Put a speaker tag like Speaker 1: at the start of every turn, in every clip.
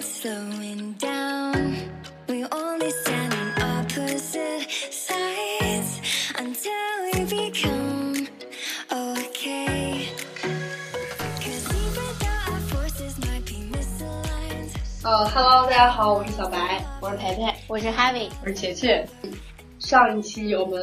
Speaker 1: slowing down. We only stand on opposite sides until we become okay. 'Cause even though our forces might be misaligned,
Speaker 2: 呃哈喽，大家好，我是小白，我是培培，
Speaker 3: 我是哈维，
Speaker 2: 我是茄茄。上一期我们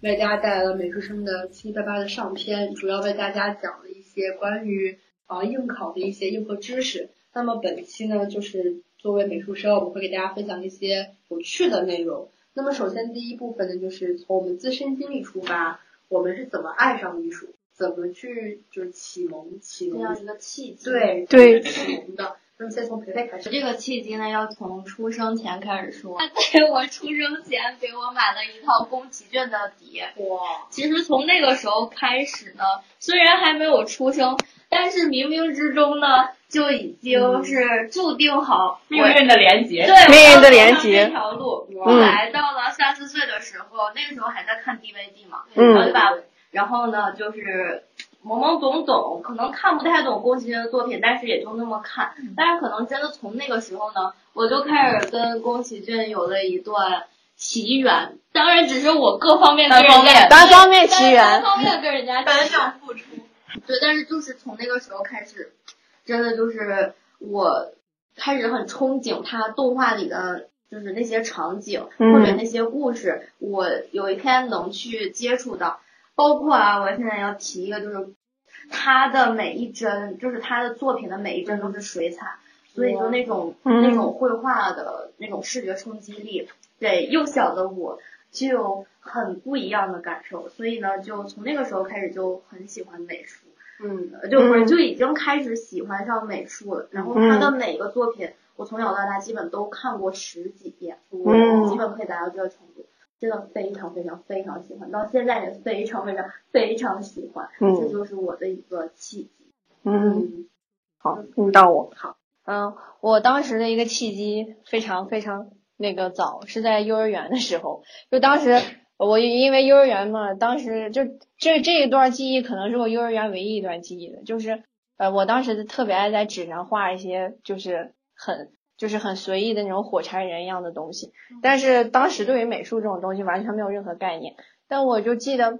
Speaker 2: 为大家带来了美术生的七七八八的上篇，主要为大家讲了一些关于啊、呃应考的一些硬核知识。那么本期呢，就是作为美术生，我们会给大家分享一些有趣的内容。那么首先第一部分呢，就是从我们自身经历出发，我们是怎么爱上艺术，怎么去就是启蒙启
Speaker 3: 这
Speaker 2: 蒙
Speaker 3: 样一个契机。，
Speaker 2: 对对启蒙的。那么先从培培开始，
Speaker 3: 这个契机呢，要从出生前开始说。他在啊我出生前给我买了一套宫崎骏的碟。
Speaker 2: 哇，
Speaker 3: 其实从那个时候开始呢，虽然还没有出生，但是冥冥之中呢，就已经是注定好我、
Speaker 4: 的连结。
Speaker 3: 对
Speaker 5: 命运的连
Speaker 3: 接
Speaker 5: 结
Speaker 3: 这条路。我
Speaker 5: 嗯
Speaker 3: 来到了三四岁的时候，那个时候还在看 DVD 嘛，然后就
Speaker 5: 嗯
Speaker 3: 把，然后呢就是懵懵懂懂，可能看不太懂宫崎骏的作品，但是也就那么看。但是可能真的从那个时候呢，我就开始跟宫崎骏有了一段奇缘。当然，只是我各方面跟人
Speaker 4: 单
Speaker 3: 家
Speaker 4: 方面
Speaker 5: 单方面奇
Speaker 3: 单
Speaker 5: 缘，
Speaker 3: 方面跟人家
Speaker 4: 单
Speaker 3: 奇缘
Speaker 4: 向付出。
Speaker 3: 对，但是就是从那个时候开始，真的就是我开始很憧憬他动画里的。就是那些场景或者
Speaker 5: 嗯
Speaker 3: 那些故事，我有一天能去接触到，包括啊，我现在要提一个，就是他的每一帧，就是他的作品的每一帧都是水彩，所以就那种、
Speaker 5: 嗯
Speaker 3: 那种绘画的那种视觉冲击力，给幼小的我就有很不一样的感受。所以呢，就从那个时候开始就很喜欢美术，
Speaker 2: 嗯，
Speaker 3: 呃就不是
Speaker 5: 嗯
Speaker 3: 就已经开始喜欢上美术了。然后他的每个作品，我从小到大基本都看过十几遍，
Speaker 5: 嗯
Speaker 3: 基本可以达到这个程度。真的非常非常非常喜欢，到现在也非常非常非常喜欢，
Speaker 5: 嗯
Speaker 3: 这就是我的一个契机。
Speaker 5: 嗯，好，你到我。
Speaker 2: 好，
Speaker 5: 嗯，我当时的一个契机非常非常那个早，是在幼儿园的时候。就当时我因为幼儿园嘛，当时就这这一段记忆可能是我幼儿园唯一一段记忆的，就是呃，我当时特别爱在纸上画一些就是很就是很随意的那种火柴人一样的东西，
Speaker 4: 嗯
Speaker 5: 但是当时对于美术这种东西完全没有任何概念。但我就记得，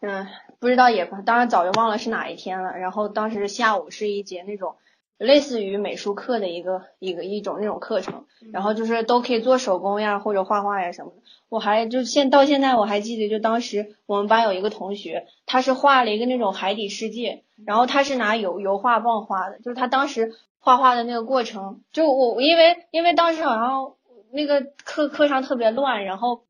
Speaker 5: 嗯，不知道也当然早就忘了是哪一天了。然后当时下午是一节那种类似于美术课的一个一个一种那种课程，然后就是都可以做手工呀或者画画呀什么的。我还就现到现在我还记得，就当时我们班有一个同学，他是画了一个那种海底世界，然后他是拿油油画棒画的，就是他当时画画的那个过程，就我因为因为当时好像那个课课上特别乱，然后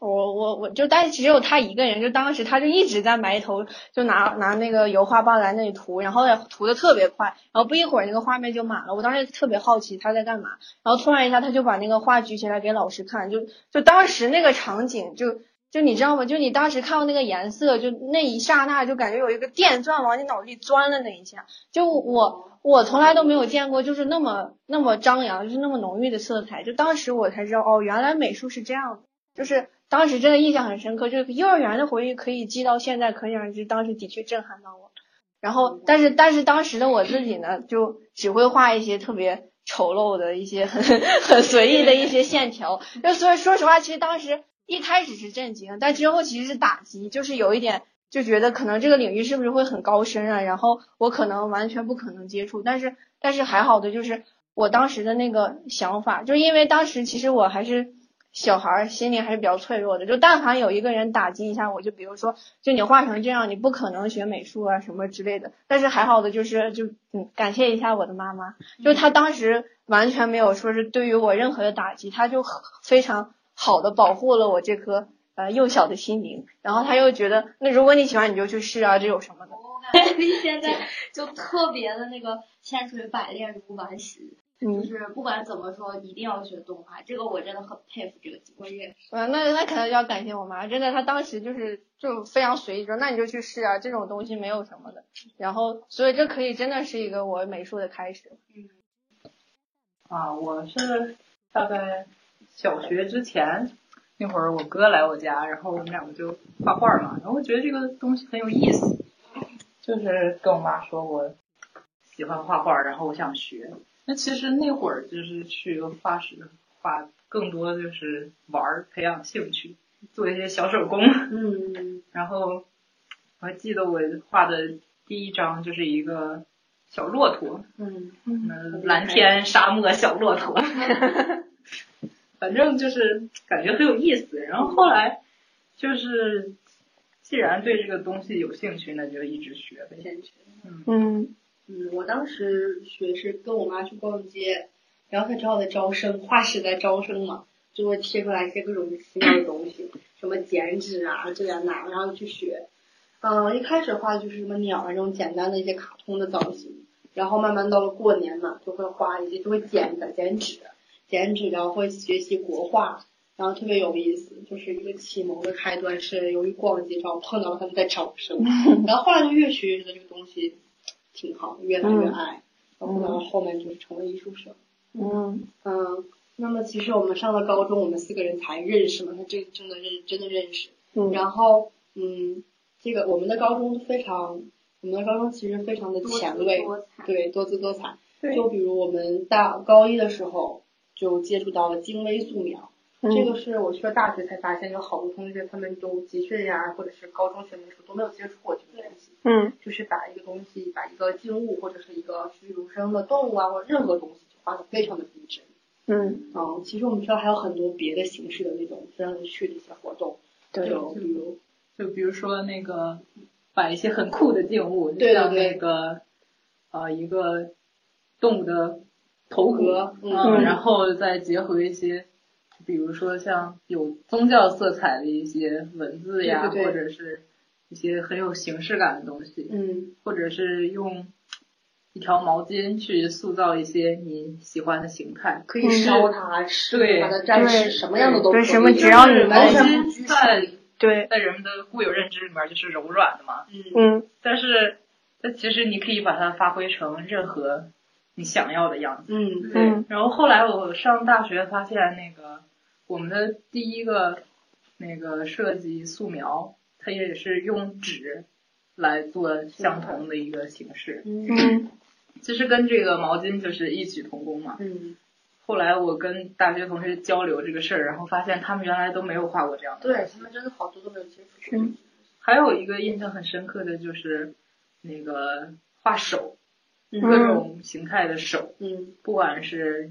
Speaker 5: 我我我就但是只有他一个人，就当时他就一直在埋头，就拿拿那个油画棒在那里涂，然后也涂的特别快，然后不一会儿那个画面就满了。我当时特别好奇他在干嘛，然后突然一下他就把那个画举起来给老师看，就就当时那个场景就。就你知道吗？就你当时看到那个颜色，就那一刹那，就感觉有一个电钻往你脑子里钻了那一下。就我我从来都没有见过，就是那么那么张扬，就是那么浓郁的色彩。就当时我才知道，哦，原来美术是这样的。就是当时真的印象很深刻，就是幼儿园的回忆可以记到现在，可想而知当时的确震撼到我。然后，但是但是当时的我自己呢，就只会画一些特别丑陋的一些很 很随意的一些线条， 就所以说实话，其实当时一开始是震惊，但之后其实是打击，就是有一点就觉得可能这个领域是不是会很高深啊，然后我可能完全不可能接触，但是但是还好的就是我当时的那个想法，就因为当时其实我还是小孩儿心灵还是比较脆弱的，就但凡有一个人打击一下我，就比如说，就你画成这样，你不可能学美术啊什么之类的。但是还好的就是，就嗯，感谢一下我的妈妈，就她当时完全没有说是对于我任何的打击，她就很非常好的保护了我这颗呃幼小的心灵。然后她又觉得，那如果你喜欢你就去试啊，这有什么的？
Speaker 3: 我感觉你现在就特别的那个千锤百炼如顽石，就
Speaker 5: 嗯，
Speaker 3: 是不管怎么说，一定要学动画，这个我真的很佩服这个精神。我也
Speaker 5: 啊，那那可能要感谢我妈，真的，她当时就是就非常随意说，那你就去试啊，这种东西没有什么的。然后，所以这可以真的是一个我美术的开始。
Speaker 4: 啊，我是大概小学之前那会儿，我哥来我家，然后我们两个就画画嘛，然后我觉得这个东西很有意思，就是跟我妈说我喜欢画画，然后我想学，那其实那会儿就是去画室画，更多就是玩儿，培养兴趣，做一些小手工。
Speaker 2: 嗯，
Speaker 4: 然后我还记得我画的第一张就是一个小骆驼，
Speaker 2: 嗯，
Speaker 4: 嗯，蓝天沙漠小骆驼， 反正就是感觉很有意思。然后后来就是，既然对这个东西有兴趣，那就一直学呗。
Speaker 2: 坚决。
Speaker 5: 嗯，
Speaker 2: 嗯，我当时学是跟我妈去逛街，然后她正好在招生，画室在招生嘛，就会贴出来一些各种奇妙的东西， 什么剪纸啊这呀那，然后去学。嗯，一开始画的就是什么鸟啊这种简单的一些卡通的造型，然后慢慢到了过年嘛，就会画一些，就会剪的剪纸，剪纸，然后会学习国画，然后特别有意思，就是一个启蒙的开端，是由于逛街然后碰到了他们在招生，然后后来就越学越觉得这个东西挺好，越来越爱，然后到后面就是成为艺术生。
Speaker 5: 嗯，
Speaker 2: 嗯，那么其实我们上了高中，我们四个人才认识嘛，他这真的认真的认识。
Speaker 5: 嗯
Speaker 2: 然后嗯，这个我们的高中非常，我们的高中其实非常的前卫，
Speaker 3: 多姿多彩
Speaker 2: 对，多姿多彩。
Speaker 5: 对
Speaker 2: 就比如我们大高一的时候就接触到了精微素描，
Speaker 3: 嗯
Speaker 2: 这个是我去了大学才发现，有好多同学他们都集训呀，或者是高中学的时候都没有接触过这个东西。
Speaker 5: 嗯
Speaker 2: 就是把一个东西，把一个静物或者是一个栩栩如生的动物啊，或者任何东西，就画的非常的逼真。
Speaker 5: 嗯，
Speaker 2: 嗯，其实我们学校还有很多别的形式的那种非常有趣的一些活动，
Speaker 5: 对
Speaker 2: 就比如
Speaker 4: 就比如说那个摆一些很酷的静物，就
Speaker 2: 对对
Speaker 4: 像
Speaker 2: 对
Speaker 4: 那个呃一个动物的头
Speaker 2: 骨
Speaker 4: 骨，
Speaker 2: 嗯
Speaker 4: 啊然后再结合一些，比如说像有宗教色彩的一些文字呀，
Speaker 2: 对对对
Speaker 4: 或者是一些很有形式感的东西，
Speaker 2: 嗯
Speaker 4: 或者是用一条毛巾去塑造一些你喜欢的形态。
Speaker 2: 可以烧它、啊吃
Speaker 4: 对
Speaker 2: 它、蘸
Speaker 5: 对
Speaker 2: 是什么样的都可
Speaker 5: 对
Speaker 2: 以，
Speaker 5: 什么只要你
Speaker 2: 完
Speaker 5: 能
Speaker 2: 全不拘
Speaker 4: 在
Speaker 2: 束。
Speaker 5: 对，
Speaker 4: 在人们的固有认知里面就是柔软的嘛，
Speaker 2: 嗯，
Speaker 5: 嗯
Speaker 4: 但是，但其实你可以把它发挥成任何你想要的样子。
Speaker 2: 嗯
Speaker 5: 嗯
Speaker 4: 然后后来我上大学发现，那个我们的第一个那个设计素描，它也是用纸来做相同的一个形式，
Speaker 2: 嗯
Speaker 5: 嗯
Speaker 4: 其实跟这个毛巾就是异曲同工嘛。
Speaker 2: 嗯，
Speaker 4: 后来我跟大学同学交流这个事儿，然后发现他们原来都没有画过这样的。
Speaker 2: 对他们真的好多都没有接触过。
Speaker 5: 嗯
Speaker 4: 还有一个印象很深刻的就是那个画手，各
Speaker 2: 嗯
Speaker 4: 种形态的手。
Speaker 2: 嗯
Speaker 4: 不管是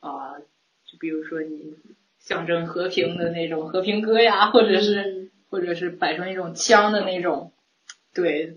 Speaker 4: 啊、就比如说你象征和平的那种和平鸽呀，或者是或者是摆成一种枪的那种，对，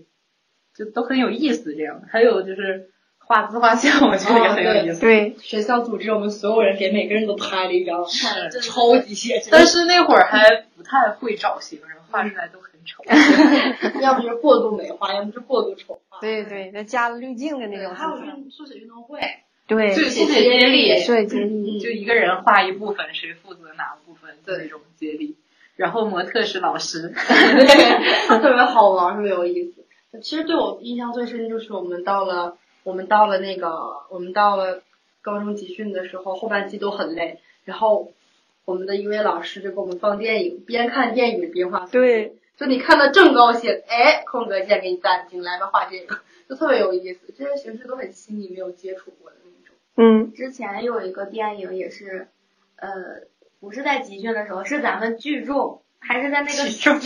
Speaker 4: 就都很有意思。这样，还有就是画自画像，我觉得也很有意思。
Speaker 5: 对，
Speaker 2: 学校组织我们所有人给每个人都拍了一张，
Speaker 4: 是
Speaker 3: 真的
Speaker 2: 超级写真。
Speaker 4: 但是那会儿还不太会找型，然后画出来都很丑。
Speaker 2: 嗯要不就是过度美化，要不就是过度丑化。
Speaker 5: 对对，再加了滤镜的那种
Speaker 2: 还有
Speaker 5: 形象，
Speaker 2: 运速写运动会，嗯
Speaker 5: 对，
Speaker 4: 对，
Speaker 2: 写
Speaker 4: 速写
Speaker 2: 接
Speaker 4: 接
Speaker 2: 力
Speaker 4: 力，
Speaker 5: 设计，嗯
Speaker 4: 就一个人画一部分，谁负责哪部分的那种接力。然后模特是 老师，
Speaker 2: 特别好玩，特别有意思。其实对我印象最深就是我们到了，我们到了那个，我们到了高中集训的时候，后半期都很累，然后我们的一位老师就给我们放电影，边看电影边画素。
Speaker 5: 对，
Speaker 2: 就你看的正高兴，哎，空格键给你暂停，来吧，画这个，就特别有意思。这些形式都很新，你没有接触过的那种。
Speaker 5: 嗯
Speaker 3: 之前有一个电影也是，呃，不是在集训的时候，是咱们聚众，还是在那个小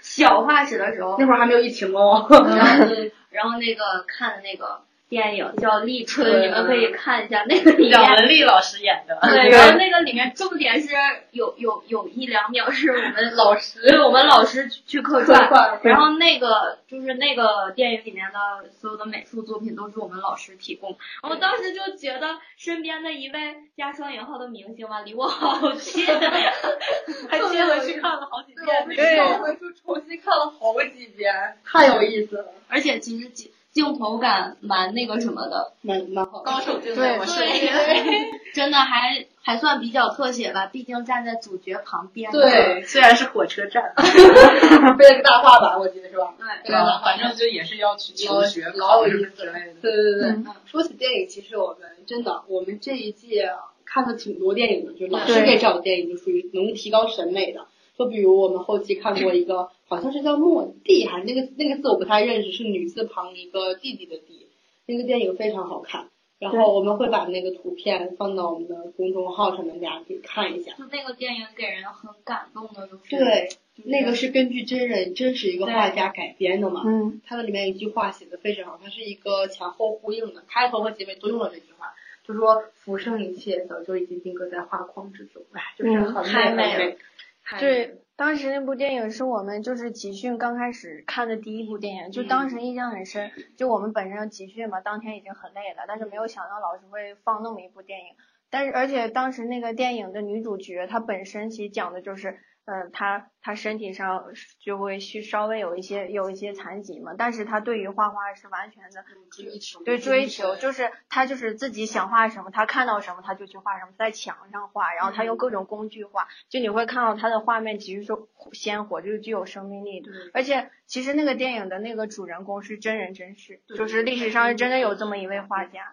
Speaker 3: 小画室的时候
Speaker 2: 那，会儿还没有疫情哦。
Speaker 3: 然后然后那个看的那个电影叫《立春》，你们可以看一下那个里
Speaker 4: 蒋
Speaker 3: 面。
Speaker 4: 雯丽老师演的。
Speaker 3: 对，然后那个里面重点是有有有一两秒是我们老师，对我们老师去客串，
Speaker 2: 对
Speaker 3: 然后那个就是那个电影里面的所有的美术作品都是我们老师提供，我当时就觉得身边的一位加双引号的明星嘛，离我好近，
Speaker 4: 还接回去看了好几遍。
Speaker 5: 对
Speaker 2: 我回去重新看了好几遍，太有意思了，
Speaker 3: 而且其实镜镜头感蛮那个什么的，
Speaker 2: 蛮蛮好。
Speaker 4: 高手就
Speaker 5: 在我
Speaker 3: 身 边，真的还还算比较特写吧，毕竟站在主角旁边。
Speaker 2: 对，
Speaker 4: 虽然是火车站，
Speaker 2: 背了个大画板，我记得是吧？
Speaker 3: 对，
Speaker 2: 对吧
Speaker 4: 反正就也是要去求学、
Speaker 2: 老
Speaker 4: 考
Speaker 2: 有意
Speaker 4: 试
Speaker 2: 思
Speaker 4: 之类的。
Speaker 2: 对对对
Speaker 5: 嗯
Speaker 2: 对，说起电影，其实我们真的，我们这一届看了挺多电影的，就老师
Speaker 5: 对
Speaker 2: 给找的电影，就属于能提高审美的。就比如我们后期看过一个，好像是叫《莫蒂》，还是那个那个字我不太认识，是女字旁一个弟弟的弟，那个电影非常好看。然后我们会把那个图片放到我们的公众号上面，大家可以看一下。
Speaker 3: 就那个电影给人很感动的，就是
Speaker 2: 对，那个是根据真人真实一个画家改编的嘛。
Speaker 5: 嗯，
Speaker 2: 它的里面一句话写的非常好，它是一个前后呼应的，开头和结尾都用了这句话，就说“浮生一切早就已经定格在画框之中”，哎，就是
Speaker 5: 嗯
Speaker 2: 很美
Speaker 3: 太
Speaker 2: 很
Speaker 3: 美
Speaker 2: 美。太美了
Speaker 5: 对，当时那部电影是我们就是集训刚开始看的第一部电影，就当
Speaker 2: 嗯
Speaker 5: 时印象很深。就我们本身集训嘛，当天已经很累了，但是没有想到老师会放那么一部电影。但是而且当时那个电影的女主角她本身其实讲的就是，嗯、她她身体上就会去稍微有一些有一些残疾嘛，但是她对于画画是完全的
Speaker 2: 追求
Speaker 5: 对追求，
Speaker 2: 就
Speaker 5: 就是他就是自己想画什么，他看到什么他就去画什么，在墙上画，然后他用各种工具画，就你会看到他的画面极具说鲜活，就是具有生命力的。而且其实那个电影的那个主人公是真人真事，
Speaker 2: 对
Speaker 5: 就是历史上是真的有这么一位画家。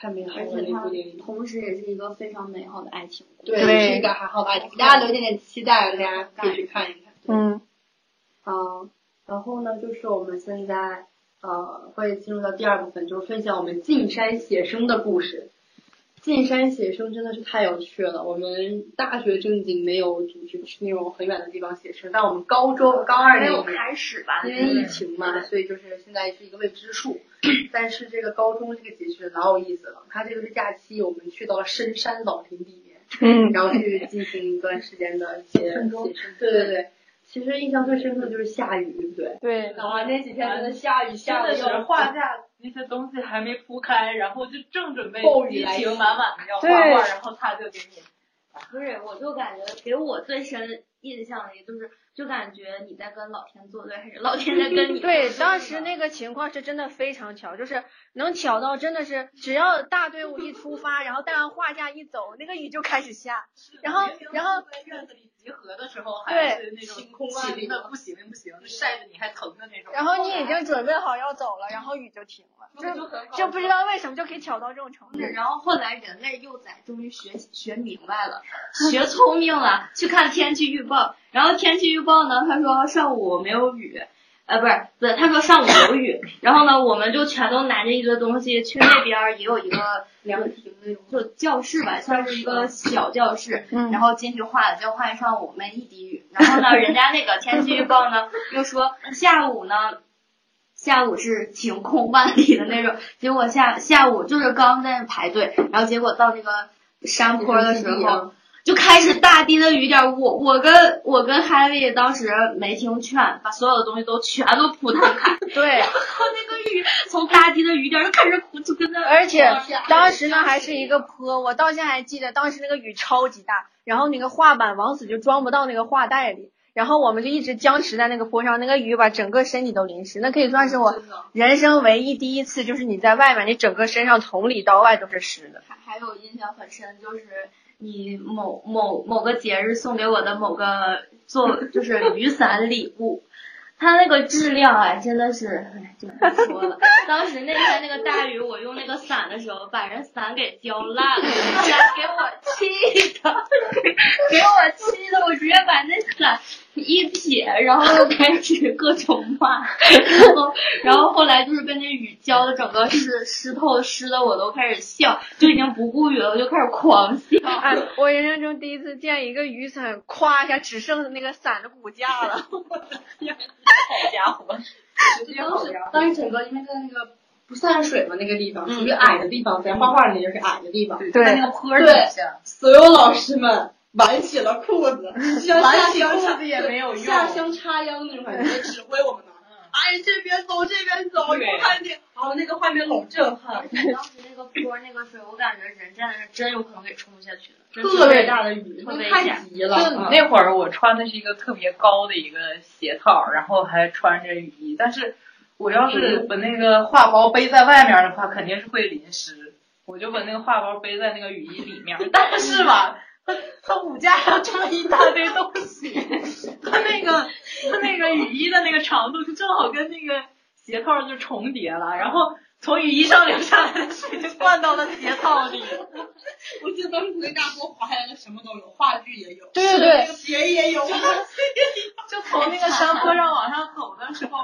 Speaker 2: 太美好
Speaker 3: 而
Speaker 2: 了
Speaker 3: 且
Speaker 2: 那
Speaker 3: 它
Speaker 2: 部电影。
Speaker 3: 同时也是一个非常美好的爱情故事。
Speaker 2: 对，
Speaker 5: 对
Speaker 2: 是一个还好吧，给大家留一点点期待，大家可以去看一看。对
Speaker 5: 嗯，
Speaker 2: 嗯，然后呢，就是我们现在呃会进入到第二部分，就是分享我们进山写生的故事。进山写生真的是太有趣了。我们大学正经没有组织去那种很远的地方写生，但我们高中高二
Speaker 3: 没
Speaker 2: 那
Speaker 3: 有
Speaker 2: 一年，
Speaker 3: 开始吧，
Speaker 2: 因为疫情嘛，所以就是现在是一个未知数。 但是这个高中这个集训老有意思了，它这个是假期，我们去到了深山老林里面，
Speaker 5: 嗯
Speaker 2: 然后去进行一段时间的写写
Speaker 3: 深耕
Speaker 2: 生。对对对，其实印象最深刻的就是下雨，对不对？
Speaker 5: 对，
Speaker 2: 啊，那几天真的下雨
Speaker 4: 嗯真
Speaker 2: 下
Speaker 4: 的
Speaker 2: 的
Speaker 4: 是画架那些东西还没铺开，然后就正准备
Speaker 2: 暴雨
Speaker 4: 激
Speaker 2: 来袭
Speaker 4: 情满满的要画
Speaker 5: 对
Speaker 4: 画，然后他就给你
Speaker 3: 不是，我就感觉给我最深印象里就是，就感觉你在跟老天作对，还是老天在跟你？
Speaker 5: 对，当时那个情况是真的非常巧，就是能巧到真的是，只要大队伍一出发，然后带完画架一走，那个雨就开始下。然后
Speaker 4: 明明
Speaker 5: 然后
Speaker 4: 在院子里集合的时候还是那种
Speaker 2: 晴空万里
Speaker 4: 晴的不行不行，晒得你还疼的那种。
Speaker 5: 然后你已经准备好要走了，然后雨就停了，
Speaker 4: 就就
Speaker 5: 就
Speaker 4: 很好
Speaker 5: 就不知道为什么就可以巧到这种程度
Speaker 3: 是。然后后来人类幼崽终于学学明白了，学聪明了，去看天气预报。然后天气预报呢，他说上午没有雨，呃，不是，不是，他说上午有雨。然后呢，我们就全都拿着一堆东西去那边儿也有一个
Speaker 2: 凉亭那种。
Speaker 3: 就教室吧，算是一个小教室，
Speaker 5: 嗯
Speaker 3: 然后进去画了，就画上我们一滴雨。然后呢，人家那个天气预报呢，又说下午呢，下午是晴空万里的那种。结果下下午就是刚在那排队，然后结果到那个山坡的时候，就开始大滴的雨点。我我跟我跟哈利当时没听劝，把所有的东西都全都扑腾开，
Speaker 5: 对，
Speaker 3: 然后那个雨从大滴的雨点就开始哭，就跟那
Speaker 5: 而且当时呢还是一个坡，我到现在还记得当时那个雨超级大，然后那个画板往死就装不到那个画袋里，然后我们就一直僵持在那个坡上，那个雨把整个身体都淋湿，那可以算是我
Speaker 2: 真的
Speaker 5: 人生唯一第一次，就是你在外面，你整个身上从里到外都是湿的。
Speaker 3: 还有印象很深，就是你某某某个节日送给我的某个做就是雨伞礼物，它那个质量啊，真的是，哎，就不说了。当时那天那个大雨，我用那个伞的时候，把人伞给浇烂了， 给我气的，给我气的，我直接把那伞一撇，然后开始各种骂，然后然后后来就是被那雨浇的整个湿湿透，湿的我都开始笑，就已经不顾雨了，我就开始狂笑。
Speaker 5: 哎，我人生中第一次见一个雨伞，咵一下只剩那个伞的骨架了。
Speaker 4: 好家伙，
Speaker 2: 就当时当时整个因为在那个不散水嘛那个地方，属于矮的地方，在画画里就是矮的地方。
Speaker 5: 对
Speaker 4: 在那个坡底下，
Speaker 2: 所有老师们挽起了裤子，像下乡
Speaker 4: 裤子也没有用
Speaker 2: 下乡插秧那种感觉，指挥我们呢。哎，这边走，这边走，你
Speaker 4: 对
Speaker 2: 不看见，哦，那个画面老震撼，
Speaker 3: 当时那个坡那个水，我感觉人站在那真有可能给冲下去了，真是
Speaker 2: 特别大的雨，
Speaker 3: 特别
Speaker 2: 太急了。嗯
Speaker 4: 就那会儿我穿的是一个特别高的一个鞋套，然后还穿着雨衣，但是我要是把那个画包背在外面的话，肯定是会淋湿。我就把那个画包背在那个雨衣里面，但是吧，它它骨架上穿一大堆东西，它那个它那个雨衣的那个长度就正好跟那个鞋套就重叠了，然后从雨衣上流下来的水就灌到了鞋套里。
Speaker 2: 我记得当时那大锅滑下来的什么都有，话剧也有，
Speaker 5: 对对对，
Speaker 2: 鞋也有，
Speaker 4: 就从那个山坡上往上走的时候，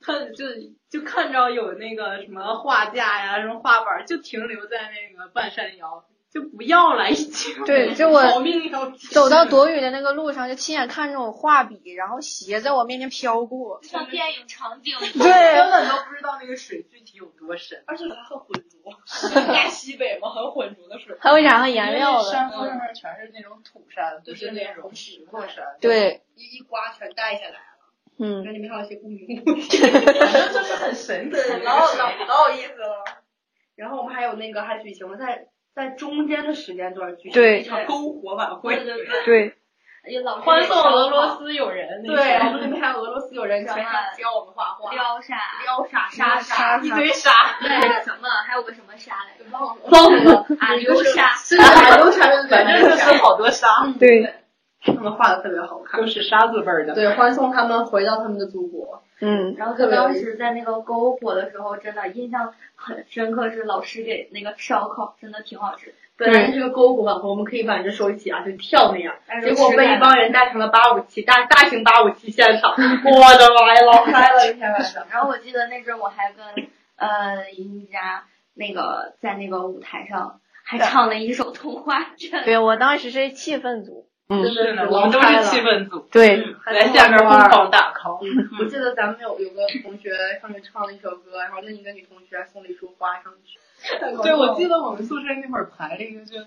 Speaker 4: 他就就看着有那个什么画架呀、什么画板，就停留在那个半山腰，就不要了，已经。
Speaker 5: 对就我
Speaker 4: 逃命要紧
Speaker 5: 走到躲雨的那个路上，就亲眼看着我画笔，然后鞋在我面前飘过。
Speaker 3: 就像电影场 景一样。
Speaker 5: 对
Speaker 4: 根，本都不知道那个水具体有多深。
Speaker 2: 而且它很浑浊，在西北嘛，很浑浊的水。
Speaker 5: 还会染上颜料
Speaker 4: 因为
Speaker 2: 嗯
Speaker 5: 了。
Speaker 4: 山坡上面全是那种土山，不是那种石头山。
Speaker 5: 对，
Speaker 2: 一一刮全带下来了，
Speaker 5: 嗯，
Speaker 2: 那里面还有一些不 明物体，
Speaker 4: 反正 就是很神奇。
Speaker 2: 老老老有意思了。然后我们还有那个还举行了在在中间的时间段举行
Speaker 5: 对
Speaker 2: 一场篝火晚会
Speaker 3: 对，对对，
Speaker 5: 对，
Speaker 3: 哎呀老师
Speaker 4: 欢送俄罗斯友人。那
Speaker 2: 对，
Speaker 4: 是
Speaker 2: 我们里面还有俄罗斯友人全场教我们画画，
Speaker 3: 撩啥？
Speaker 2: 撩啥
Speaker 3: 杀
Speaker 2: 啥
Speaker 3: 啥
Speaker 2: 一堆啥，
Speaker 3: 对，什么？还有个什么沙来着？
Speaker 2: 忘了。
Speaker 3: 忘了啊，流沙。
Speaker 4: 反正反 正就是好多沙，
Speaker 5: 对，
Speaker 2: 他们画的特别好看
Speaker 4: 都。是沙字辈儿的。
Speaker 2: 对，欢送他们回到他们的祖国。
Speaker 5: 嗯，
Speaker 3: 然后就当时在那个篝火的时候，真的印象很深刻，是老师给那个烧烤真的挺好吃。
Speaker 2: 本来这个篝火晚会，我们可以挽着手一起啊，就跳那样。
Speaker 3: 但是
Speaker 2: 结果
Speaker 3: 吃
Speaker 2: 被
Speaker 3: 饭
Speaker 2: 一帮人带成了八五七大大型八五七现场，我的妈呀，老嗨了！一天晚上，
Speaker 3: 然后我记得那阵我还跟呃尹家那个在那个舞台上还唱了一首《童话镇》，
Speaker 5: 对我当时是气氛组。
Speaker 4: 真
Speaker 2: 真
Speaker 4: 的
Speaker 2: 嗯的，
Speaker 4: 我们都是气氛组，嗯
Speaker 5: 对，
Speaker 4: 来下面疯狂打 call。
Speaker 2: 嗯我记得咱们有有个同学上去唱了一首歌，然后另一个女同学送了一束花上 去。
Speaker 4: 对，我记得我们宿舍那会儿排了一个，就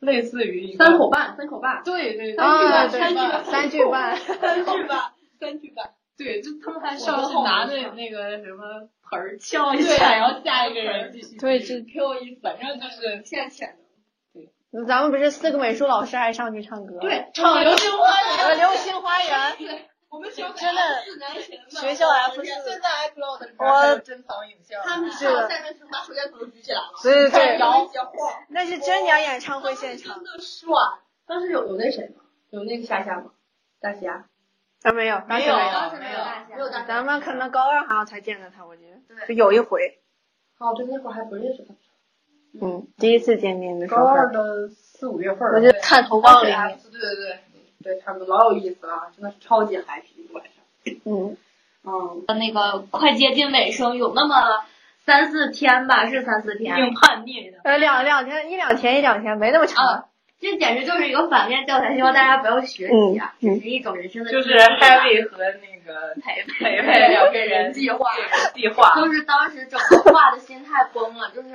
Speaker 4: 类似于一个
Speaker 2: 三口半，三口半，
Speaker 4: 对对
Speaker 5: 啊，对
Speaker 4: 三句半，，
Speaker 5: 三句半，
Speaker 4: 三句半，三句半。对，就他们还上去拿那那个啊什么盆儿敲一下，然后下一个人继续。
Speaker 5: 对这
Speaker 4: 挺有意思，反正就是
Speaker 2: 现在浅的。
Speaker 5: 咱们不是四个美术老师还上去唱歌？，
Speaker 2: 对，
Speaker 4: 唱流星花园。
Speaker 5: 呃，流星花园，
Speaker 4: 我们学
Speaker 5: 真的学校 F 四，
Speaker 4: 在 iCloud 里
Speaker 5: 我
Speaker 4: 珍藏影像
Speaker 2: 他们
Speaker 5: 是
Speaker 2: 上下面是把手电筒都举起来了，
Speaker 5: 对对对，
Speaker 2: 摇一摇晃，
Speaker 5: 那是真鸟演唱会现场
Speaker 2: 真的帅。当时有有那谁吗？有那个夏夏吗？大侠。
Speaker 5: 啊，没有，当时没有，
Speaker 3: 当时没有大
Speaker 2: 没有大
Speaker 5: 咱们可能高二好像才见到他，我觉得就
Speaker 3: 对，
Speaker 5: 有一回，
Speaker 2: 哦，对，那会儿还不认识他。
Speaker 5: 嗯，第一次见面的时候
Speaker 2: 高，二的四五月份儿，
Speaker 5: 我就探头望了一
Speaker 2: 对
Speaker 5: 眼，
Speaker 2: 啊对对，对他们老有意思了，真的是超级嗨皮一个晚上。
Speaker 5: 嗯，
Speaker 2: 嗯，
Speaker 3: 那个快接近尾声，有那么三四天吧，是三四天。
Speaker 4: 挺叛逆的。
Speaker 5: 呃，两两天，一两天，一两天，没那么长，
Speaker 3: 啊，这简直就是一个反面教材，希望大家不要学习啊，
Speaker 5: 嗯嗯
Speaker 3: 只是一种人生的
Speaker 4: 就是
Speaker 3: 经历吧
Speaker 4: Harry 和那个
Speaker 3: 陪陪
Speaker 4: 培培两个人
Speaker 2: 计划
Speaker 4: 计 划，
Speaker 3: 就是当时整个画的心态崩了，就是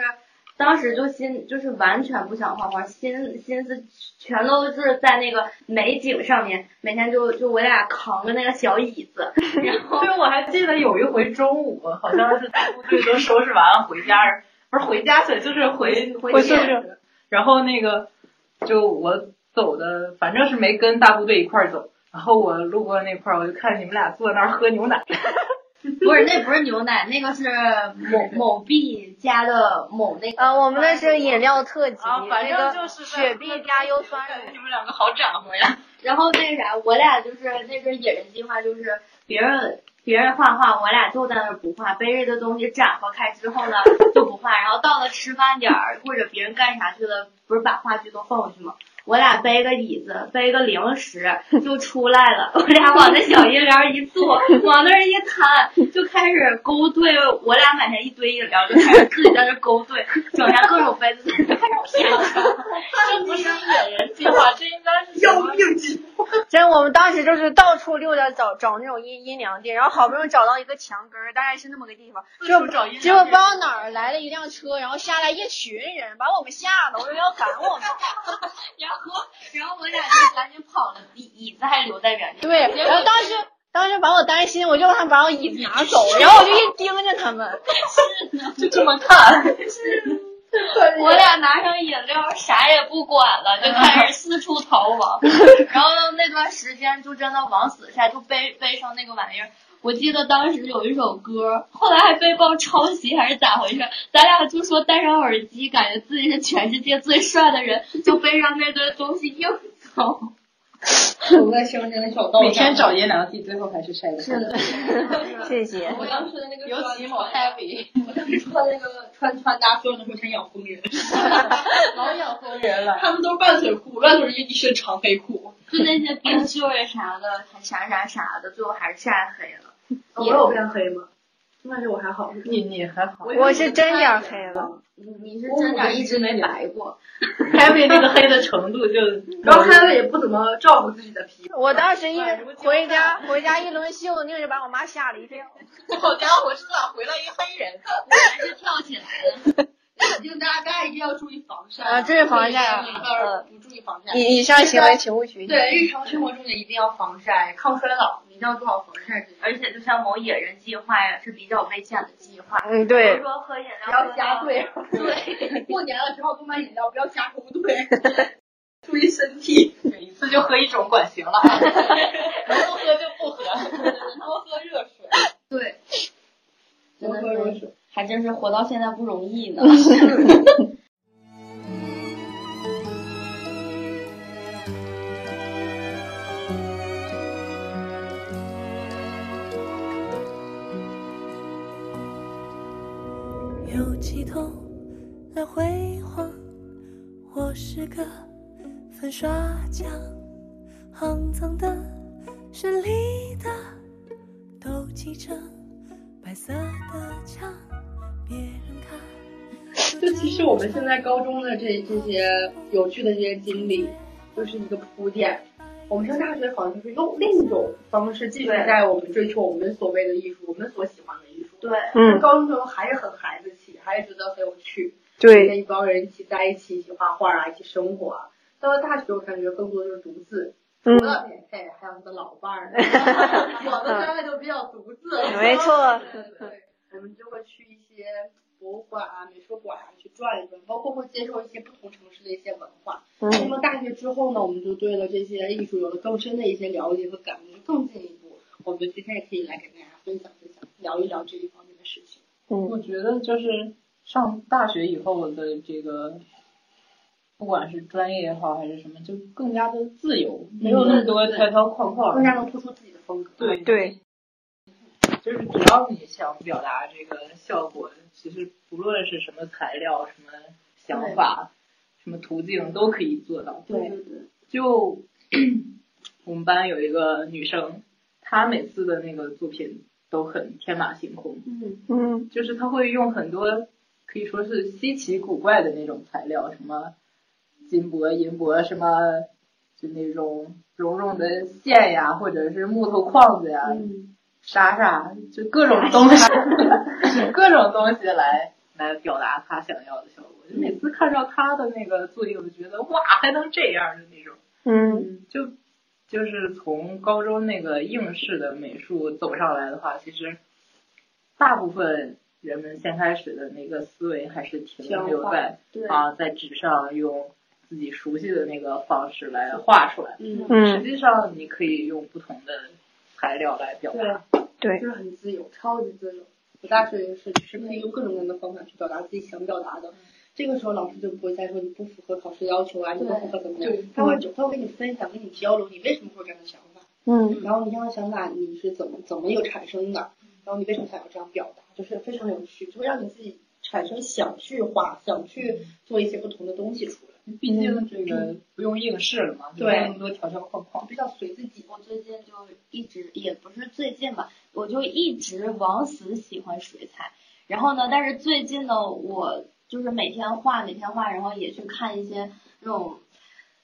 Speaker 3: 当时就心就是完全不想画画，心心思全都是在那个美景上面，每天就就我俩扛着那个小椅子，然后
Speaker 4: 对，我还记得有一回中午，好像是大部队都收拾完了回家，不是回家去，就是回
Speaker 3: 回
Speaker 5: 我
Speaker 3: 我宿
Speaker 5: 宿
Speaker 4: 宿
Speaker 5: 舍
Speaker 4: 舍，然后那个就我走的，反正是没跟大部队一块儿走。然后我路过那块儿，我就看你们俩坐那儿喝 牛奶，
Speaker 3: 不是那不是牛奶，那个是某某 B 家的某那个
Speaker 5: 呃，我们那是饮料特级，
Speaker 4: 啊，反
Speaker 5: 那个
Speaker 4: 正就是在
Speaker 5: 雪碧加优酸
Speaker 4: 感觉
Speaker 5: 乳，
Speaker 4: 你们两个好展和呀。
Speaker 3: 然后那啥，我俩就是那阵野人计划，就是别人别人画画，我俩就在那儿不画，被这个东西展和开之后呢就不画，然后到了吃饭点儿或者别人干啥去了，不是把话剧都放过去吗？我俩背个椅子，背个零食就出来了。我俩往那小阴凉一坐，往那儿一摊，就开始勾兑。我俩买下一堆饮料，就开始自己在那儿勾兑，整下各种杯子，在那 儿开始品尝。
Speaker 4: 这不是野人计划，这应该是 要命计划。
Speaker 5: 真，我们当时就是到处溜达找找那种阴阴凉地，然后好不容易找到一个墙根儿，大概是那么个地方，结果
Speaker 4: 找一
Speaker 5: 结果不知道哪儿来了一辆车，然后下来一群人，把我们吓得，我说要赶我们。
Speaker 3: 然后，然后我俩就赶紧跑了，椅椅子还留在原地。
Speaker 5: 对，然后当时当时把我担心，我就让他把我椅子拿走，然后我就一盯着他们，
Speaker 4: 就这么看。
Speaker 3: 我俩拿上饮料，啥也不管了，就开始四处逃亡。然后那段时间就真的往死晒，就背背上那个玩意儿。我记得当时有一首歌，后来还被曝抄袭还是咋回事？咱俩就说戴上耳机，感觉自己是全世界最帅的人，就背上那堆东西硬走。
Speaker 2: 走在乡间的小道上。
Speaker 4: 每天找爷娘记，最后哦还是晒的。
Speaker 5: 是的，谢谢。
Speaker 2: 我当时的那个
Speaker 4: 尤
Speaker 2: 穿
Speaker 4: 其某 Happy
Speaker 2: 我当时穿那个穿穿搭，所有人都全养疯人，
Speaker 4: 老养疯人了。
Speaker 2: 他们都是半腿裤，半腿是一身长黑裤。
Speaker 3: 就那些冰袖儿呀啥的，还啥啥啥的，最后还是晒黑了。
Speaker 2: 我有变黑吗？那就我还好，
Speaker 4: 你你还好，
Speaker 5: 我是真点儿黑了，
Speaker 3: 你你是真点儿一直没白过，
Speaker 4: 开胃那个黑的程度就，
Speaker 2: 然后开了也不怎么照顾自己的皮，
Speaker 5: 我当时一回家回家一轮袖，那是把我妈吓了一跳。
Speaker 6: 好家伙，市场回来一黑人，
Speaker 3: 果然是跳起来了。
Speaker 6: 眼睛大家一定要注意防晒
Speaker 5: 啊注意防晒啊
Speaker 6: 不能一个不注意防晒。
Speaker 5: 以以上行为请勿学习。
Speaker 6: 对，日常生活中也一定要防晒，抗衰老，一定要做好防晒这个。
Speaker 3: 而且就像某野人计划呀，是比较危险的计划。
Speaker 5: 嗯，
Speaker 3: 比
Speaker 5: 对
Speaker 3: 如，说喝饮料，
Speaker 6: 不要加
Speaker 3: 对。
Speaker 6: 兑， 对，过年了之后多买饮料，不要加工兑， 注意身体，
Speaker 4: 一次就喝一种管 行了啊。
Speaker 6: 能喝就不喝，多喝热水。
Speaker 2: 对，
Speaker 3: 真
Speaker 2: 多
Speaker 3: 的
Speaker 2: 喝热
Speaker 3: 是，
Speaker 2: 水。
Speaker 3: 还真是活到现在不容易呢。
Speaker 1: 有几头老灰黄，我是个粉刷匠，肮脏的、是里的，都挤成白色的墙，别人看。
Speaker 2: 就其实我们现在高中的这这些有趣的这些经历，就是一个铺垫。我们上大学好像就是用另一种方式继续
Speaker 3: 对
Speaker 2: 在我们追求我们所谓的艺术，我们所喜欢的艺术。
Speaker 3: 对，
Speaker 5: 嗯，
Speaker 2: 高中的时候还是很孩子气，还是觉得很有趣。
Speaker 5: 对，
Speaker 2: 跟一帮人一起在一起，一起画画啊，一起生活啊。到了大学，我感觉更多就是独自，除
Speaker 5: 嗯
Speaker 2: 了免费，还有他的老伴 儿。我们三个就比较独自了，
Speaker 5: 没错
Speaker 2: 对对对，我们就会去一些博物馆啊、美术馆啊去转一转，包括会接受一些不同城市的一些文化。那
Speaker 5: 嗯，
Speaker 2: 么大学之后呢，我们就对了这些艺术有了更深的一些了解和感悟，更进一步。我们今天也可以来给大家分享分享，聊一聊这一方面的事情。
Speaker 4: 我觉得就是上大学以后的这个，不管是专业也好还是什么，就更加的自由，没有那么多条条框框。
Speaker 2: 更加能突出自己的风格。
Speaker 4: 对，
Speaker 5: 对，
Speaker 4: 就是只要你想表达这个效果，其实不论是什么材料、什么想法、什么途径都可以做到。
Speaker 2: 对
Speaker 3: 对对，
Speaker 4: 就 我们班有一个女生，她每次的那个作品都很天马行空。
Speaker 2: 嗯，
Speaker 5: 嗯，
Speaker 4: 就是他会用很多可以说是稀奇古怪的那种材料，什么金箔、银箔，什么就那种绒绒的线呀，或者是木头框子呀，啥啥，就各种东西，各种东西来来表达他想要的效果。就每次看到他的那个作品，我就觉得哇，还能这样的那种。
Speaker 5: 嗯，
Speaker 4: 就就是从高中那个应试的美术走上来的话，其实大部分人们先开始的那个思维还是停留在
Speaker 2: 对
Speaker 4: 啊，在纸上用自己熟悉的那个方式来画出来。
Speaker 2: 嗯，
Speaker 4: 实际上，你可以用不同的材料来表达。
Speaker 5: 对
Speaker 2: 就是很自由，超级自由。我大学也是，就是可以用各种各样的方法去表达自己想表达的。这个时候老师就不会再说你不符合考试要求啊，你不符合怎么样
Speaker 4: 对，
Speaker 2: 他会他会跟你分享，跟你交流，你为什么会有这样的想法，
Speaker 5: 嗯，
Speaker 2: 然后你这样的想法你是怎么怎么有产生的，然后你为什么想要这样表达，就是非常有趣，就会让你自己产生想去画，想去做一些不同的东西出来，
Speaker 4: 毕竟这个不用应试了嘛，
Speaker 2: 对
Speaker 4: 没有那么多条条框框。
Speaker 2: 比较随自己。
Speaker 3: 我最近就一直也不是最近吧，我就一直往死喜欢水彩。然后呢，但是最近呢，我就是每天画，每天画，然后也去看一些那种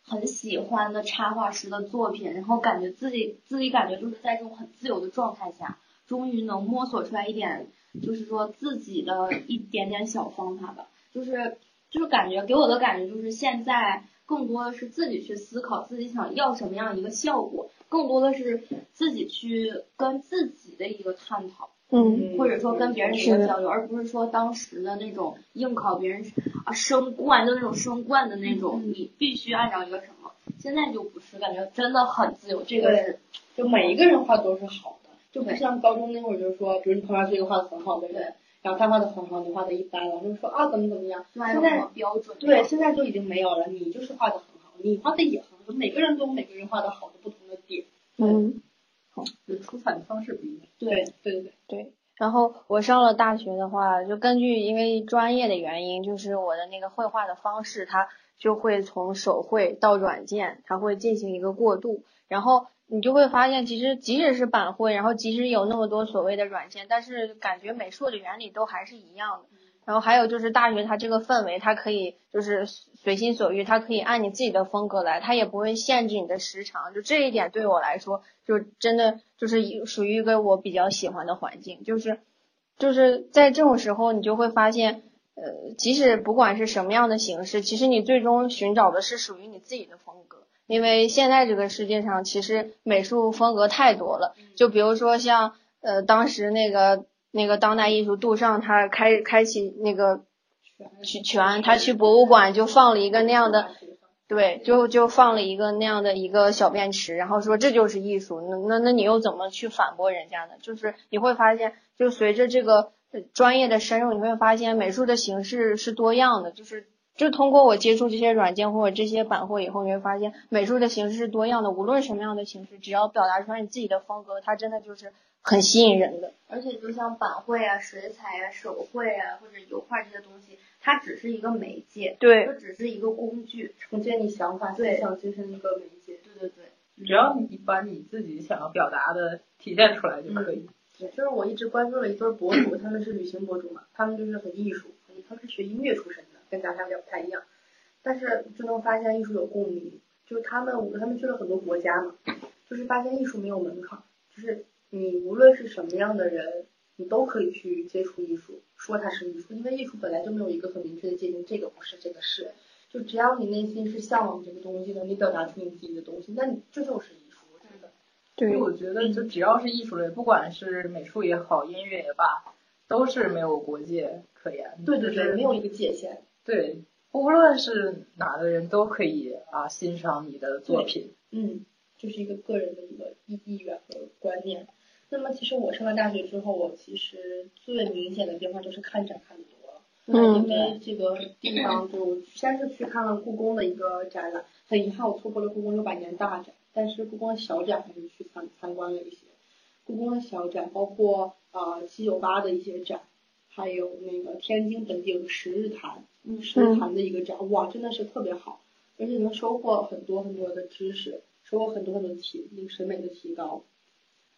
Speaker 3: 很喜欢的插画师的作品，然后感觉自己自己感觉就是在这种很自由的状态下，终于能摸索出来一点，就是说自己的一点点小方法吧，就是就是感觉给我的感觉就是现在更多的是自己去思考自己想要什么样一个效果，更多的是自己去跟自己的一个探讨。
Speaker 5: 嗯，
Speaker 3: 或者说跟别人
Speaker 5: 是
Speaker 3: 一
Speaker 5: 的
Speaker 3: 个交流，而不是说当时的那种硬考别人啊升官就那种升官的那种，你必须按照一个什么。现在就不是，感觉真的很自由，这个
Speaker 2: 对
Speaker 3: 是
Speaker 2: 就每一个人画都是好的，就不像高中那会儿，就是说，比如你旁边是一个画的很好的人
Speaker 3: 对，
Speaker 2: 然后他画的很好，你画的一般，老师说啊怎么怎么样。
Speaker 3: 按
Speaker 2: 现
Speaker 3: 照
Speaker 2: 在
Speaker 3: 什么标准？
Speaker 2: 对，，现在就已经没有了，你就是画的很好，你画的也很好，每个人都有每个人画的好的不同的点。
Speaker 5: 嗯，
Speaker 4: 就出彩的方式不一样。
Speaker 2: 对对对对，
Speaker 5: 对。然后我上了大学的话，就根据因为专业的原因，就是我的那个绘画的方式，它就会从手绘到软件，它会进行一个过渡。然后你就会发现，其实即使是板绘，然后即使有那么多所谓的软件，但是感觉美术的原理都还是一样的。然后还有就是大学它这个氛围，它可以就是随心所欲，它可以按你自己的风格来，它也不会限制你的时长。就这一点对我来说，就真的就是一属于一个我比较喜欢的环境，就是就是在这种时候，你就会发现，呃，即使不管是什么样的形式，其实你最终寻找的是属于你自己的风格。因为现在这个世界上，其实美术风格太多了。就比如说像呃，当时那个那个当代艺术杜尚，他开开启那个去全，他去博物馆就放了一个那样的，对，就就放了一个那样的一个小便池，然后说这就是艺术。那那那你又怎么去反驳人家呢？就是你会发现，就随着这个呃专业的深入，你会发现美术的形式是多样的，就是就通过我接触这些软件或者这些板绘以后，你会发现美术的形式是多样的，无论什么样的形式，只要表达出来你自己的风格，它真的就是很吸引人的。
Speaker 3: 而且就像板绘啊、水彩啊、手绘啊或者油画这些东西，它只是一个媒介，
Speaker 5: 对
Speaker 3: 它只是一个工具。
Speaker 2: 呈现你想法、思
Speaker 3: 对
Speaker 2: 想、精神的一个媒介。
Speaker 3: 对对对，
Speaker 4: 只要你把你自己想要表达的体现出来就可以。
Speaker 2: 对，就是我一直关注了一对儿博主，他们是旅行博主嘛，他们就是很艺术，很他们是学音乐出身的，跟咱俩比较不太一样，但是就能发现艺术有共鸣，就是他们他们去了很多国家嘛，就是发现艺术没有门槛，就是你无论是什么样的人，你都可以去接触艺术，说它是艺术，因为艺术本来就没有一个很明确的界定，这个不是，这个是，就只要你内心是向往这个东西的，你表达出你自己的东西，那你这就是艺术，我觉得。
Speaker 4: 所以我觉得，就只要是艺术类，不管是美术也好，音乐也罢，都是没有国界可言。
Speaker 2: 嗯对对
Speaker 4: 就是
Speaker 2: 对，没有一个界限。
Speaker 4: 对，无论是哪的人都可以啊欣赏你的作品。
Speaker 2: 嗯，就是一个个人的一个意意愿和观念。那么其实我上了大学之后，我其实最明显的变化就是看展看的多了。
Speaker 5: 嗯
Speaker 2: 因为这个地方就先是去看了故宫的一个展览，很遗憾我错过了故宫六百年大展，但是故宫的小展还是去参参观了一些。故宫的小展包括呃七九八的一些展，还有那个天津本地有个十日谈，十日谈的一个展，哇，真的是特别好。而且能收获很多很多的知识，收获很多很多提那个审美的提高。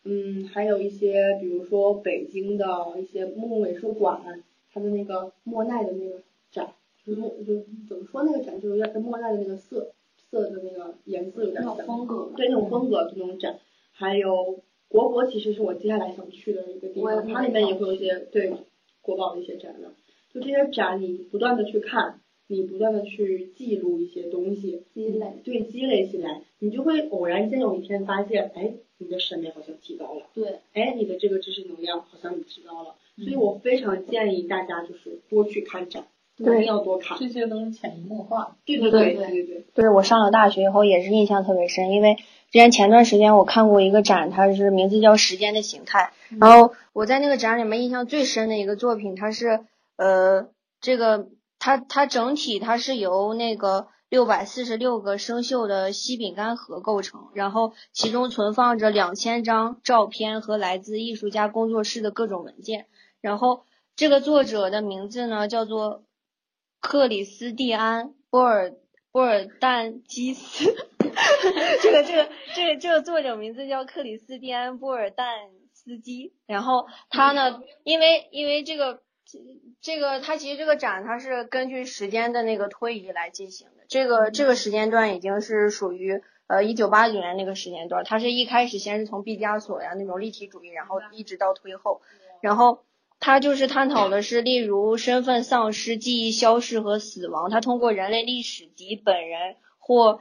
Speaker 2: 嗯，还有一些比如说北京的一些木美术馆，它的那个莫奈的那个展，就是莫就是怎么说那个展，就是有点跟莫奈的那个色色的那个颜色有点
Speaker 3: 那
Speaker 2: 像
Speaker 3: 种，风格。
Speaker 2: 对那种风格这种展，还有国博其实是我接下来想去的一个地
Speaker 3: 我也
Speaker 2: 方，
Speaker 3: 很
Speaker 2: 它里面也会有一些对国宝的一些展览，就这些展你不断的去看，你不断的去记录一些东西，
Speaker 3: 积累，
Speaker 2: 对积累起来，你就会偶然间有一天发现，哎，你的审美好像提高了，
Speaker 3: 对，
Speaker 2: 哎，你的这个知识能量好像提高了，所以我非常建议大家就是多去看展，一定要多看，
Speaker 4: 这些都是潜移默化。
Speaker 2: 对对
Speaker 5: 对
Speaker 2: 对对对，
Speaker 5: 对我上了大学以后也是印象特别深，因为之前前段时间我看过一个展，它是名字叫《时间的形态》，然后我在那个展里面印象最深的一个作品，它是呃这个它它整体它是由那个六百四十六个生锈的西饼干盒构成，然后其中存放着两千张照片和来自艺术家工作室的各种文件，然后这个作者的名字呢叫做克里斯蒂安·波尔波尔但基斯， 这个这个这个这个作者名字叫克里斯蒂安·波尔但斯基，然后他呢，因为因为这个这个他其实这个展它是根据时间的那个推移来进行的，这个这个时间段已经是属于。呃，一九八九年那个时间段，它是一开始先是从毕加索呀那种立体主义，然后一直到推后，然后他就是探讨的是，例如身份丧失、记忆消逝和死亡。他通过人类历史及本人或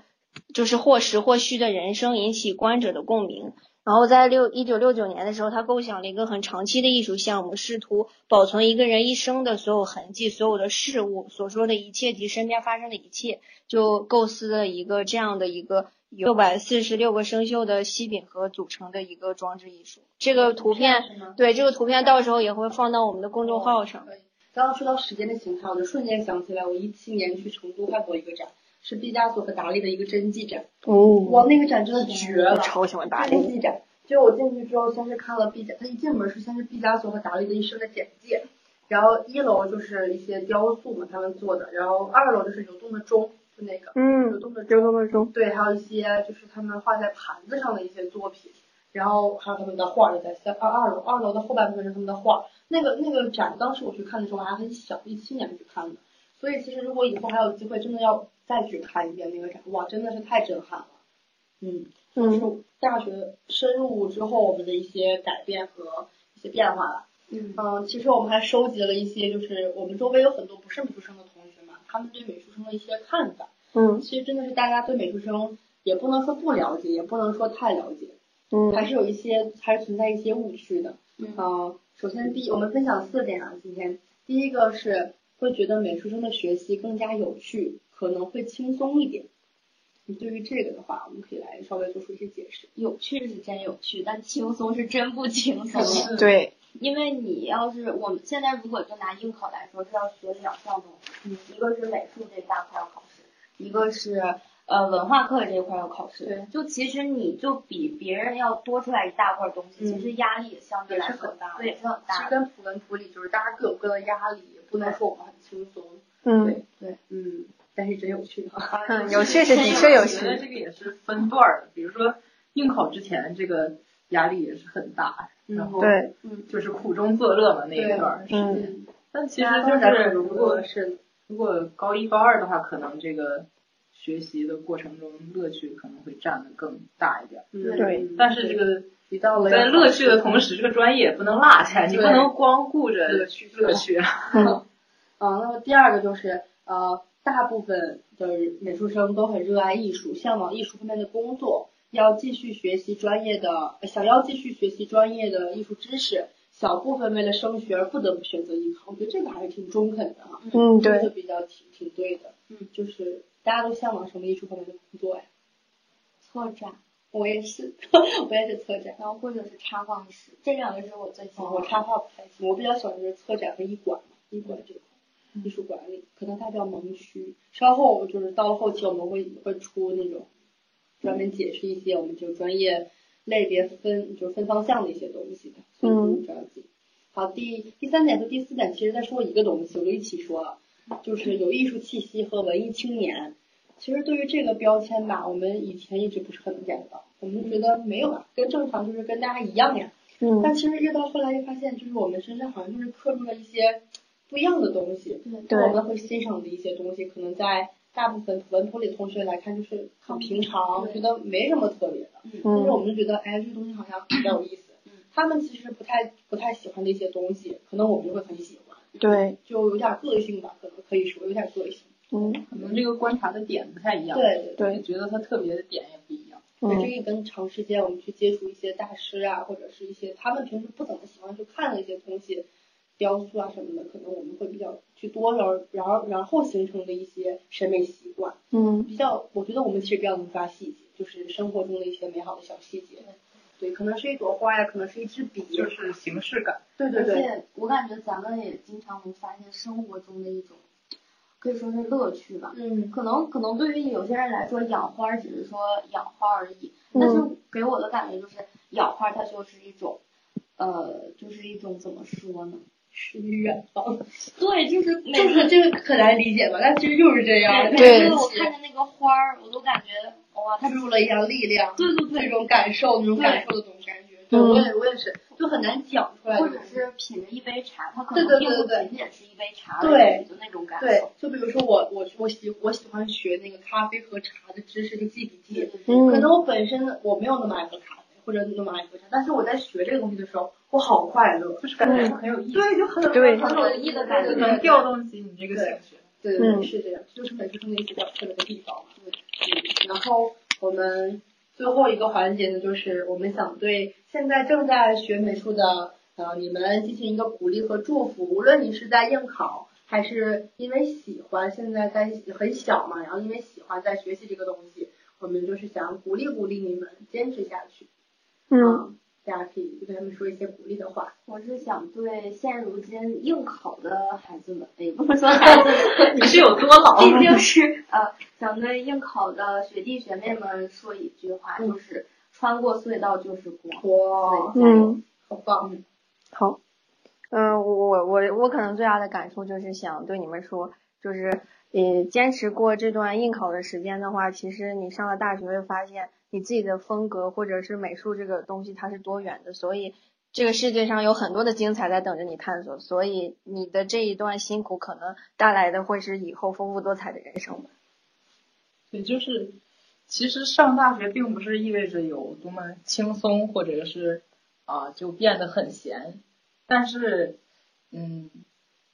Speaker 5: 就是或实或虚的人生引起观者的共鸣。然后在六一九六九年的时候，他构想了一个很长期的艺术项目，试图保存一个人一生的所有痕迹、所有的事物、所说的一切及身边发生的一切，就构思了一个这样的一个由六百四十六个生锈的西饼盒组成的一个装置艺术。这个图片
Speaker 2: 是吗？
Speaker 5: 对，这个图片到时候也会放到我们的公众号上。
Speaker 2: 刚刚说到时间的形态，我就瞬间想起来，我一七年去成都看过一个展，是毕加索和达利的一个真迹展，
Speaker 5: 哦，嗯
Speaker 2: 哇，那个展真的绝了，
Speaker 5: 超喜欢达
Speaker 2: 真
Speaker 5: 利。
Speaker 2: 迹展。就我进去之后，先是看了毕加，他一进门是先是毕加索和达利的一生的简介，然后一楼就是一些雕塑嘛，他们做的，然后二楼就是流动的钟，就那个
Speaker 5: 嗯
Speaker 2: 流，动的钟
Speaker 5: 刘多么钟，
Speaker 2: 对，还有一些就是他们画在盘子上的一些作品，然后还有他们的画儿也在三二二楼，二楼的后半部分是他们的画儿。那个那个展，当时我去看的时候我还很小，一七年去看的，所以其实如果以后还有机会，真的要再去看一遍那个展，哇，真的是太震撼了。嗯，就
Speaker 5: 嗯，
Speaker 2: 是大学深入之后我们的一些改变和一些变化吧。
Speaker 3: 嗯
Speaker 2: 嗯，其实我们还收集了一些，就是我们周围有很多不是美术生的同学嘛，他们对美术生的一些看法。
Speaker 5: 嗯
Speaker 2: 其实真的是大家对美术生也不能说不了解，也不能说太了解，
Speaker 5: 嗯，
Speaker 2: 还是有一些还是存在一些误区的。
Speaker 3: 嗯
Speaker 2: 呃首先第一，我们分享四点啊，今天第一个是会觉得美术生的学习更加有趣，可能会轻松一点。对于这个的话，我们可以来稍微做出一些解释。
Speaker 3: 有趣是真有趣，但轻松是真不轻松。
Speaker 5: 对，
Speaker 3: 因为你要是我们现在如果就拿应考来说，是要学两项东西，
Speaker 2: 嗯
Speaker 3: 一个是美术这一大块要考试，一个是呃文化课这一块要考试。
Speaker 2: 对，
Speaker 3: 就其实你就比别人要多出来一大块东西，
Speaker 2: 嗯
Speaker 3: 其实压力也相对来
Speaker 2: 也是
Speaker 3: 说
Speaker 2: 很大的
Speaker 3: 对，也是很
Speaker 2: 其实
Speaker 3: 大的。
Speaker 2: 跟普文普理就是大家各有各的压力，也不能说我们很轻松。
Speaker 5: 嗯，
Speaker 2: 对对，嗯，但是真有趣哈。
Speaker 5: 嗯，有趣是的确有
Speaker 4: 我觉得
Speaker 5: 趣，
Speaker 4: 这个也是分段儿，比如说应考之前这个压力也是很大，然后
Speaker 5: 对，
Speaker 4: 就是苦中作乐嘛那一段儿。
Speaker 5: 嗯
Speaker 4: 但其实
Speaker 2: 大家
Speaker 4: 就
Speaker 2: 都在
Speaker 4: 是
Speaker 2: 如
Speaker 4: 如
Speaker 2: 果
Speaker 4: 果
Speaker 2: 是
Speaker 4: 如果高一高二的话，可能这个学习的过程中乐趣可能会占的更大一点。
Speaker 2: 嗯
Speaker 5: 对
Speaker 4: 但是这个
Speaker 2: 提到了
Speaker 4: 在
Speaker 2: 要
Speaker 4: 乐趣的同时，这个专业也不能落下，你不
Speaker 2: 对
Speaker 4: 能光顾着
Speaker 2: 乐趣
Speaker 4: 乐趣啊。
Speaker 2: 嗯，那么第二个就是呃，大部分的美术生都很热爱艺术，向往艺术方面的工作，要继续学习专业的，呃想要继续学习专业的艺术知识。小部分为了升学而不得不选择艺考，我觉得这个还是挺中肯的哈、
Speaker 5: 嗯
Speaker 2: 这个
Speaker 5: 对，
Speaker 2: 比较挺挺对的。
Speaker 3: 嗯，
Speaker 2: 就是大家都向往什么艺术方面的工作呀？
Speaker 3: 策展，
Speaker 2: 我也是， 我也是策展。
Speaker 3: 然后或者是插画师，这两个是我最喜
Speaker 2: 哦，
Speaker 3: 欢
Speaker 2: 我
Speaker 3: 的。
Speaker 2: 插画不太行，我比较喜欢就是策展和医馆嘛，医馆这块，艺术管理可能它比较盲区。稍后就是到了后期，我们会会出那种专门解释一些我们就专业类别分就是分方向的一些东西的，所以不用着急。好，第第三点和第四点其实在说一个东西，我就一起说了，就是有艺术气息和文艺青年。其实对于这个标签吧，我们以前一直不是很能见得到，我们觉得没有啊，跟正常就是跟大家一样呀。
Speaker 5: 嗯
Speaker 2: 但其实越到后来，越发现就是我们身上好像就是刻入了一些不一样的东西，
Speaker 5: 对
Speaker 2: 我们会欣赏的一些东西，可能在大部分文普里的同学来看就是很平常，
Speaker 3: 对
Speaker 2: 觉得没什么特别的，但是我
Speaker 5: 嗯
Speaker 2: 们就觉得哎，这个东西好像比较有意思。他们其实不太不太喜欢的一些东西，可能我们就会很喜欢，
Speaker 5: 对，
Speaker 2: 就有点个性吧，可能可以说有点个性。
Speaker 5: 嗯
Speaker 4: 可能这个观察的点不太一样，
Speaker 2: 对
Speaker 5: 对
Speaker 4: 觉得它特别的点也不一样。
Speaker 2: 对，这
Speaker 5: 嗯
Speaker 2: 个跟长时间我们去接触一些大师啊，或者是一些他们平时不怎么喜欢去看的一些东西，雕塑啊什么的，可能我们会比较去多然然后然后形成的一些审美习惯，
Speaker 5: 嗯
Speaker 2: 比较我觉得我们其实比较能抓细节，就是生活中的一些美好的小细节。对，可能是一朵花呀，可能是一支笔，
Speaker 4: 就是形式感。
Speaker 2: 对对
Speaker 3: 而
Speaker 2: 对，
Speaker 3: 且我感觉咱们也经常能发现生活中的一种，可以说是乐趣吧。
Speaker 2: 嗯，
Speaker 3: 可能可能对于有些人来说，养花只是说养花而已，
Speaker 5: 嗯
Speaker 3: 但是给我的感觉就是养花它就是一种，呃，就是一种怎么说呢？
Speaker 2: 诗与远方，
Speaker 3: 对，就是每
Speaker 2: 就
Speaker 3: 次
Speaker 2: 是这个很难理解吧？但其实就是这样，
Speaker 3: 每
Speaker 5: 对
Speaker 3: 次我看见那个花儿，我都感觉哇，它
Speaker 2: 注入了一样力量。
Speaker 3: 对对
Speaker 2: 那
Speaker 3: 对，
Speaker 2: 种感受，那种感受的那种感觉。对，
Speaker 5: 嗯
Speaker 2: 我也我也是，就很难讲出来
Speaker 3: 或
Speaker 2: 的。
Speaker 3: 者是品着一杯茶，它可
Speaker 2: 对
Speaker 3: 能
Speaker 2: 对
Speaker 3: 并
Speaker 2: 对
Speaker 3: 不
Speaker 2: 对对
Speaker 3: 仅仅是一杯茶
Speaker 2: 对
Speaker 3: 而已，就那种感受。
Speaker 2: 对，就比如说我我我喜我喜欢学那个咖啡和茶的知识，就记笔记。
Speaker 3: 对对对，
Speaker 2: 可
Speaker 5: 嗯
Speaker 2: 能我本身我没有那么爱喝咖啡，或者那么爱喝茶，但是我在学这个东西的时候，我好快乐，就是感
Speaker 5: 觉
Speaker 2: 很有意思。嗯对，就很
Speaker 5: 对
Speaker 2: 很有意的感觉，
Speaker 4: 就
Speaker 2: 对
Speaker 4: 能
Speaker 2: 对
Speaker 4: 调动起你这个情绪。
Speaker 2: 对
Speaker 5: 嗯
Speaker 2: 对，是这样，这就是美术生的一些比较特别的地方嘛。对，嗯，然后我们最后一个环节呢，就是我们想对现在正在学美术的呃你们进行一个鼓励和祝福，无论你是在应考。还是因为喜欢，现在在很小嘛，然后因为喜欢在学习这个东西，我们就是想鼓励鼓励你们坚持下去。
Speaker 5: 嗯，
Speaker 2: 大家可以对他们说一些鼓励的话。
Speaker 3: 我是想对现如今应考的孩子们，也不是说孩子们，
Speaker 4: 你是有多老？啊
Speaker 3: 毕竟是呃，想对应考的学弟学妹们说一句话，
Speaker 2: 嗯
Speaker 3: 就是穿过隧道就是光。
Speaker 2: 哇，
Speaker 3: 对加油
Speaker 5: 嗯
Speaker 2: 好棒！
Speaker 5: 好，嗯，我我我可能最大的感触就是想对你们说，就是也坚持过这段应考的时间的话，其实你上了大学会发现你自己的风格或者是美术这个东西它是多元的，所以这个世界上有很多的精彩在等着你探索，所以你的这一段辛苦可能带来的会是以后丰富多彩的人生吧。
Speaker 4: 对，就是其实上大学并不是意味着有多么轻松，或者是啊、就变得很闲，但是嗯，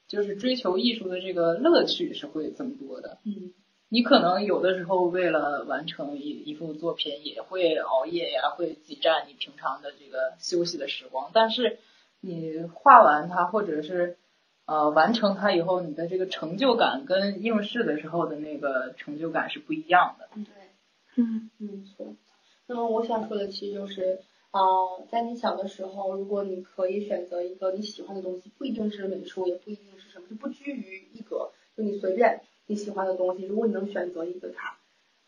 Speaker 4: 就是追求艺术的这个乐趣是会增多的。
Speaker 2: 嗯，
Speaker 4: 你可能有的时候为了完成一一幅作品，也会熬夜呀，会挤占你平常的这个休息的时光。但是你画完它，或者是呃完成它以后，你的这个成就感跟应试的时候的那个成就感是不一样的。
Speaker 2: 对，
Speaker 5: 嗯
Speaker 2: 嗯，是。那么我想说的其实就是，呃，在你小的时候，如果你可以选择一个你喜欢的东西，不一定是美术，也不一定是什么，就不拘于一格，就你随便你喜欢的东西，如果你能选择一个它，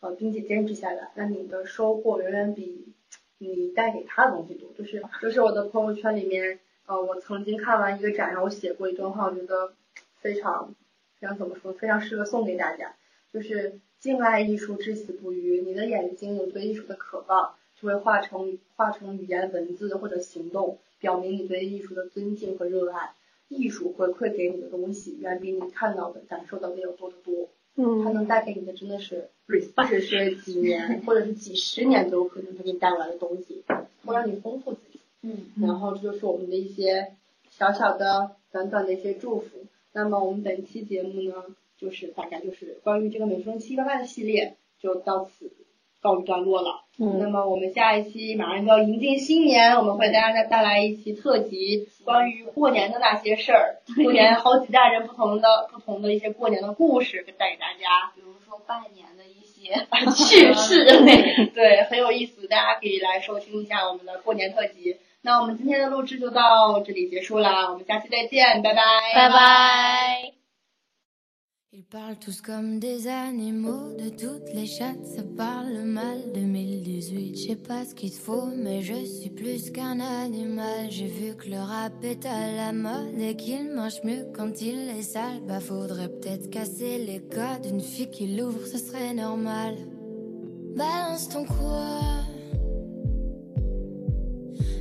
Speaker 2: 呃，并且坚持下来，那你的收获远远比你带给他的东西多。就是就是我的朋友圈里面，呃，我曾经看完一个展，然后写过一段话，我觉得非常非常怎么说，非常适合送给大家，就是敬爱艺术，至死不渝。你的眼睛有对艺术的渴望，就会化成化成语言、文字或者行动，表明你对艺术的尊敬和热爱。艺术回馈给你的东西，远比你看到的、感受到的要多得多。它
Speaker 5: 嗯，
Speaker 2: 能带给你的真的是，或者是几年，或者是几十年都有可能它给你带过来的东西，会让你丰富自己。
Speaker 3: 嗯，
Speaker 2: 然后这就是我们的一些小小的、短短的一些祝福。那么我们本期节目呢，就是大概就是关于这个美声七八八的系列，就到此告一段落了。
Speaker 5: 嗯
Speaker 2: 那么我们下一期马上就要迎近新年，我们会给大家带来一期特辑，关于过年的那些事儿。过年好几代人不同的不同的一些过年的故事，带给大家
Speaker 3: 比如说拜年的一些，
Speaker 2: 趣事。对，很有意思，大家可以来收听一下我们的过年特辑。那我们今天的录制就到这里结束啦，我们下期再见，拜拜，
Speaker 5: 拜拜。
Speaker 1: Ils parlent tous comme des animaux, de toutes les chattes, ça parle mal. 2018, je sais pas ce qu'il te faut, mais je suis plus qu'un animal. J'ai vu que le rap est à la mode et qu'il marche mieux quand il est sale. Bah, faudrait peut-être casser les codes, une fille qui l'ouvre, ce serait normal. Balance ton quoi